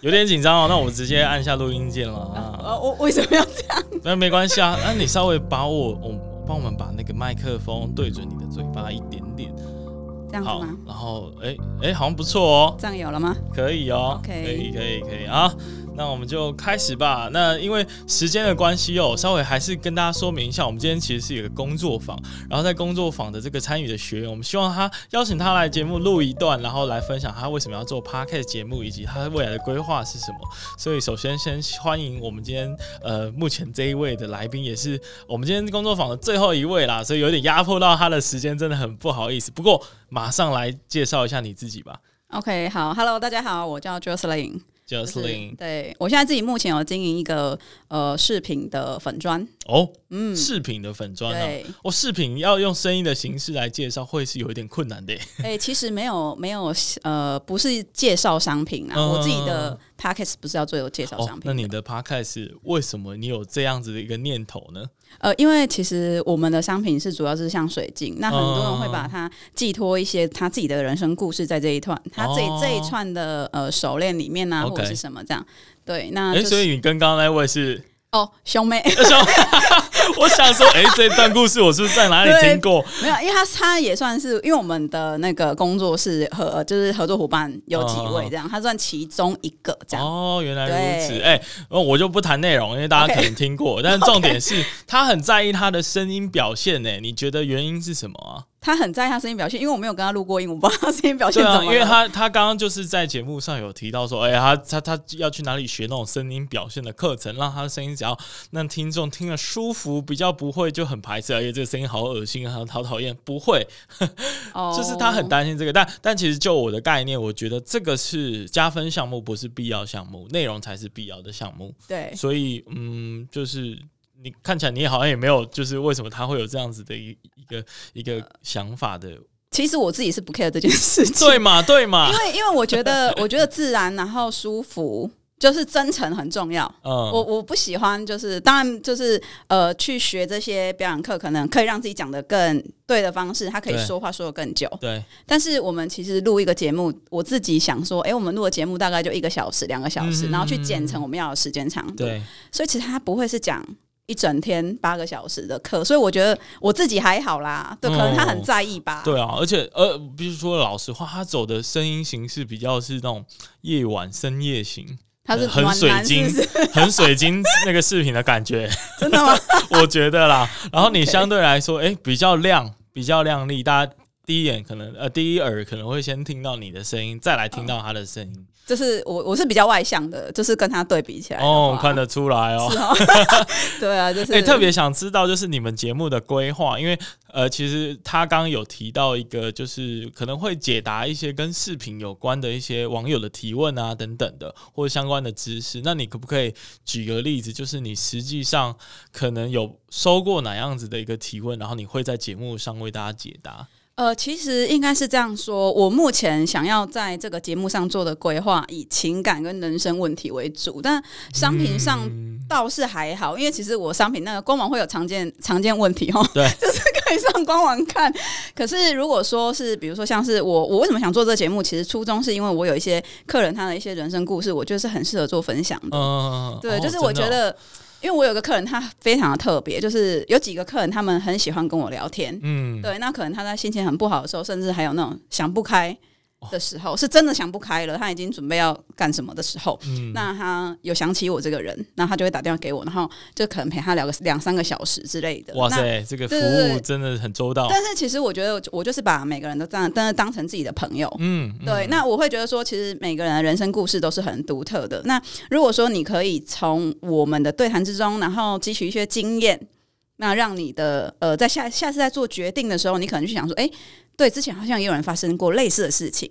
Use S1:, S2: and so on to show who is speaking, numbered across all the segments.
S1: 有点紧张哦。那我直接按下录音键了 啊。
S2: 呃，我为什么要这样？
S1: 那没关系啊，那你稍微把我，我帮我们把那个麦克风对准你的嘴巴一点点，
S2: 这样
S1: 好
S2: 子吗？，
S1: 然后哎哎，好像不错哦，
S2: 这样有了吗？
S1: 可以哦
S2: OK
S1: 可以可以可以啊，那我们就开始吧。那因为时间的关系哦，稍微还是跟大家说明一下，我们今天其实是有个工作坊，然后在工作坊的这个参与的学员，我们希望他邀请他来节目录一段，然后来分享他为什么要做 podcast 节目，以及他未来的规划是什么。所以首先先欢迎我们今天呃目前这一位的来宾，也是我们今天工作坊的最后一位啦，所以有点压迫到他的时间，真的很不好意思。不过马上来介绍一下你自己吧
S2: OK，好，Hello，大家好，我叫 Jocelyn，
S1: j
S2: 就
S1: o c e l y
S2: 是
S1: n
S2: 对我现在自己目前有经营一个呃饰品的粉砖，
S1: 哦，
S2: 嗯，
S1: 饰品的粉砖啊。
S2: 对，
S1: 哦，饰品要用声音的形式来介绍，会是有一点困难的耶。
S2: 哎、其实没有没有呃，不是介绍商品啊，
S1: 嗯
S2: 我自己的 p a c k a g e 不是要做有介绍
S1: 哦
S2: 商，品的、
S1: 那你的 podcast 为什么你有这样子的一个念头呢？
S2: 呃，因为其实我们的商品是主要是像水晶，那很多人会
S1: 嗯
S2: 把它寄托一些他自己的人生故事在这一串，他这、
S1: 哦
S2: 这一串的呃手链里面啊
S1: OK
S2: 或者是什么这样。对，那
S1: 哎、
S2: 就是、
S1: 所以你跟刚刚那位是，
S2: 哦，兄妹
S1: 我想我想说，哎、这段故事我是不是在哪里
S2: 对
S1: 听过？
S2: 没有，因为他他也算是，因为我们的那个工作室合就是合作伙伴有几位这样，他算其中一个这样。
S1: 嗯哦，原来如此。
S2: 对
S1: 哎、呃我就不谈内容，因为大家
S2: OK
S1: 可能听过。但重点 是，他很在意他的声音表现。哎，你觉得原因是什么啊？
S2: 他很在意他声音表现，因为我没有跟他录过音，我不知道他声音表现
S1: 对
S2: 怎
S1: 啊，
S2: 么
S1: 因
S2: 了。
S1: 为他他刚刚就是在节目上有提到说，哎、呀，他他他要去哪里学那种声音表现的课程，让他的声音只要让听众听了舒服，比较不会就很排斥，而且这个声音好恶心啊，好讨厌。不会，
S2: 哦
S1: 就是他很担心这个，但但其实就我的概念，我觉得这个是加分项目，不是必要项目，内容才是必要的项目。
S2: 哦对，
S1: 所以，嗯，就是。你看起来你好像也没有，就是为什么他会有这样子的一一个一
S2: 呃
S1: 个想法的，
S2: 其实我自己是不 care 这件事情。
S1: 对嘛对嘛
S2: 因，为因为我觉得，我觉得自然，然后舒服，就是真诚很重要。
S1: 嗯，
S2: 我我不喜欢，就是当然就是呃，去学这些表演课，可能可以让自己讲的更对的方式，他可以
S1: 对
S2: 说话说的更久。
S1: 对，
S2: 但是我们其实录一个节目，我自己想说，哎、我们录的节目大概就一个小时、两个小时，
S1: 嗯
S2: 然后去剪成我们要的时间长度。
S1: 对，
S2: 所以其实他不会是讲一整天八个小时的课，所以我觉得我自己还好啦。对，可能他很在意吧。
S1: 哦 对啊，而且呃，必须说老实话，他走的声音形式比较是那种夜晚深夜型，
S2: 他是
S1: 很
S2: 暖
S1: 水
S2: 男，是
S1: 晶
S2: 不是？
S1: 很水晶那个视频的感觉，
S2: 真的吗？
S1: 我觉得啦。然后你
S2: OK
S1: 相对来说，哎、比较亮，比较亮丽，大家。第一眼可能呃，第一耳可能会先听到你的声音，再来听
S2: 嗯
S1: 到他的声音
S2: 就是我我是比较外向的，就是跟他对比起来的话
S1: 哦，看得出来哦。
S2: 是哦，对啊，就是、
S1: 哎、特别想知道就是你们节目的规划，因为呃，其实他刚刚有提到一个，就是可能会解答一些跟视频有关的一些网友的提问啊等等的，或者相关的知识。那你可不可以举个例子，就是你实际上可能有收过哪样子的一个提问，然后你会在节目上为大家解答？
S2: 呃，其实应该是这样说，我目前想要在这个节目上做的规划以情感跟人生问题为主，但商品上
S1: 嗯
S2: 倒是还好，因为其实我商品那个官网会有常见常见问题哦，
S1: 对
S2: 就是可以上官网看。可是如果说是比如说像是我，我为什么想做这个节目？其实初衷是因为我有一些客人他的一些人生故事，我觉得是很适合做分享的。
S1: 嗯，
S2: 对，
S1: 哦
S2: 就是我
S1: 真的
S2: 觉
S1: 哦
S2: 得，因为我有个客人，他非常的特别，就是有几个客人他们很喜欢跟我聊天。
S1: 嗯，
S2: 对，那可能他在心情很不好的时候，甚至还有那种想不开
S1: 哦
S2: 的时候，是真的想不开了，他已经准备要干什么的时候，
S1: 嗯
S2: 那他有想起我这个人，那他就会打电话给我，然后就可能陪他聊个两三个小时之类的。
S1: 哇
S2: 那
S1: 塞，哦这个服
S2: 对对对
S1: 务真的很周到。
S2: 但是其实我觉得，我就是把每个人都当当当成自己的朋友，
S1: 嗯，嗯
S2: 对，那我会觉得说，其实每个人的人生故事都是很独特的。那如果说你可以从我们的对谈之中，然后汲取一些经验，那让你的呃，在下下次在做决定的时候，你可能去想说，哎、对，之前好像也有人发生过类似的事情，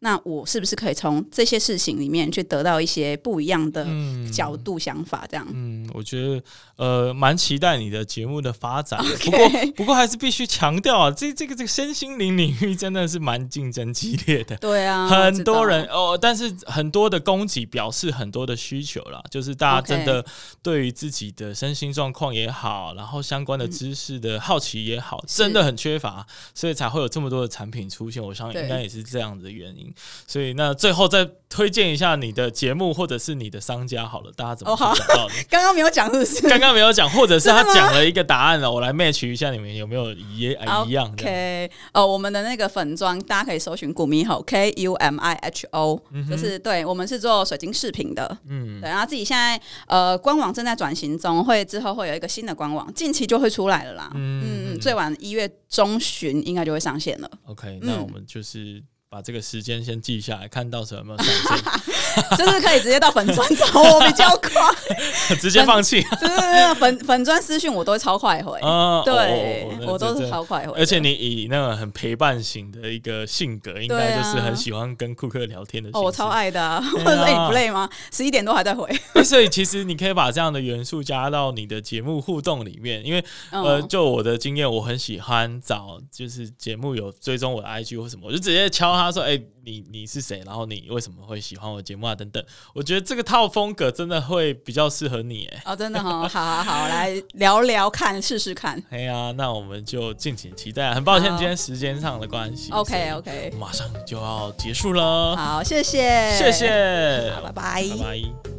S2: 那我是不是可以从这些事情里面去得到一些不一样的
S1: 嗯
S2: 角度、想法？这样，
S1: 嗯，我觉得呃，蛮期待你的节目的发展的。不
S2: OK
S1: 过，不过还是必须强调啊，这这个这个身心灵领域真的是蛮竞争激烈的。
S2: 对啊，我
S1: 很
S2: 知
S1: 多
S2: 道
S1: 人哦，但是很多的供给表示很多的需求啦，就是大家
S2: OK
S1: 真的对于自己的身心状况也好，然后相关的知识的好奇也好，
S2: 嗯是
S1: 真的很缺乏，所以才会有这么多的产品出现。我相信
S2: 对
S1: 应该也是这样子的原因。情。所以那最后再推荐一下你的节目或者是你的商家好了，大家怎么
S2: 哦好
S1: 去找到你？
S2: 刚刚没有讲是不是？
S1: 刚刚没有讲，或者是他
S2: 真的吗
S1: 讲了一个答案了，我来 match 一下你们有没有一一样的。
S2: OK，呃，我们的那个粉妆，大家可以搜寻“古米吼 ”K U M I H O，、就是对我们是做水晶饰品的，嗯，对，然后自己现在呃官网正在转型中，会之后会有一个新的官网，近期就会出来了啦，嗯嗯，最晚一月中旬应该就会上线了，
S1: OK，那我们就是把这个时间先记下来，看到时候有没有上
S2: 就是可以直接到粉砖找我比较快，
S1: 线，直接放弃。
S2: 对对对，粉粉砖私讯我都会超快回，
S1: 啊哦
S2: 对、
S1: 哦哦
S2: 我都
S1: 这
S2: 是
S1: 这
S2: 超快回的，
S1: 而且你以那种很陪伴型的一个性格，应该
S2: 对啊
S1: 就是很喜欢跟库克聊天的。
S2: 哦，我超。爱的、啊，
S1: 对啊
S2: 或者说哎、你不累吗？十一点多还在回，
S1: 所以其实你可以把这样的元素加到你的节目互动里面，因为
S2: 嗯、
S1: 呃，就我的经验，我很喜欢找就是节目有追踪我的 IG 或什么，我就直接敲他说：“哎、你你是谁？然后你为什么会喜欢我的节目啊？等等。”我觉得这个套风格真的会比较适合你。哎，
S2: 哦，真的哦，好好好，来聊聊看，试试看。
S1: 哎呀，那我们就敬请期待啊。很抱歉
S2: 好
S1: 今天时间上的关系
S2: OK
S1: 所
S2: OK，
S1: 以马上就要结束了，
S2: 好，谢谢，
S1: 谢，谢，
S2: 好，拜
S1: 拜拜。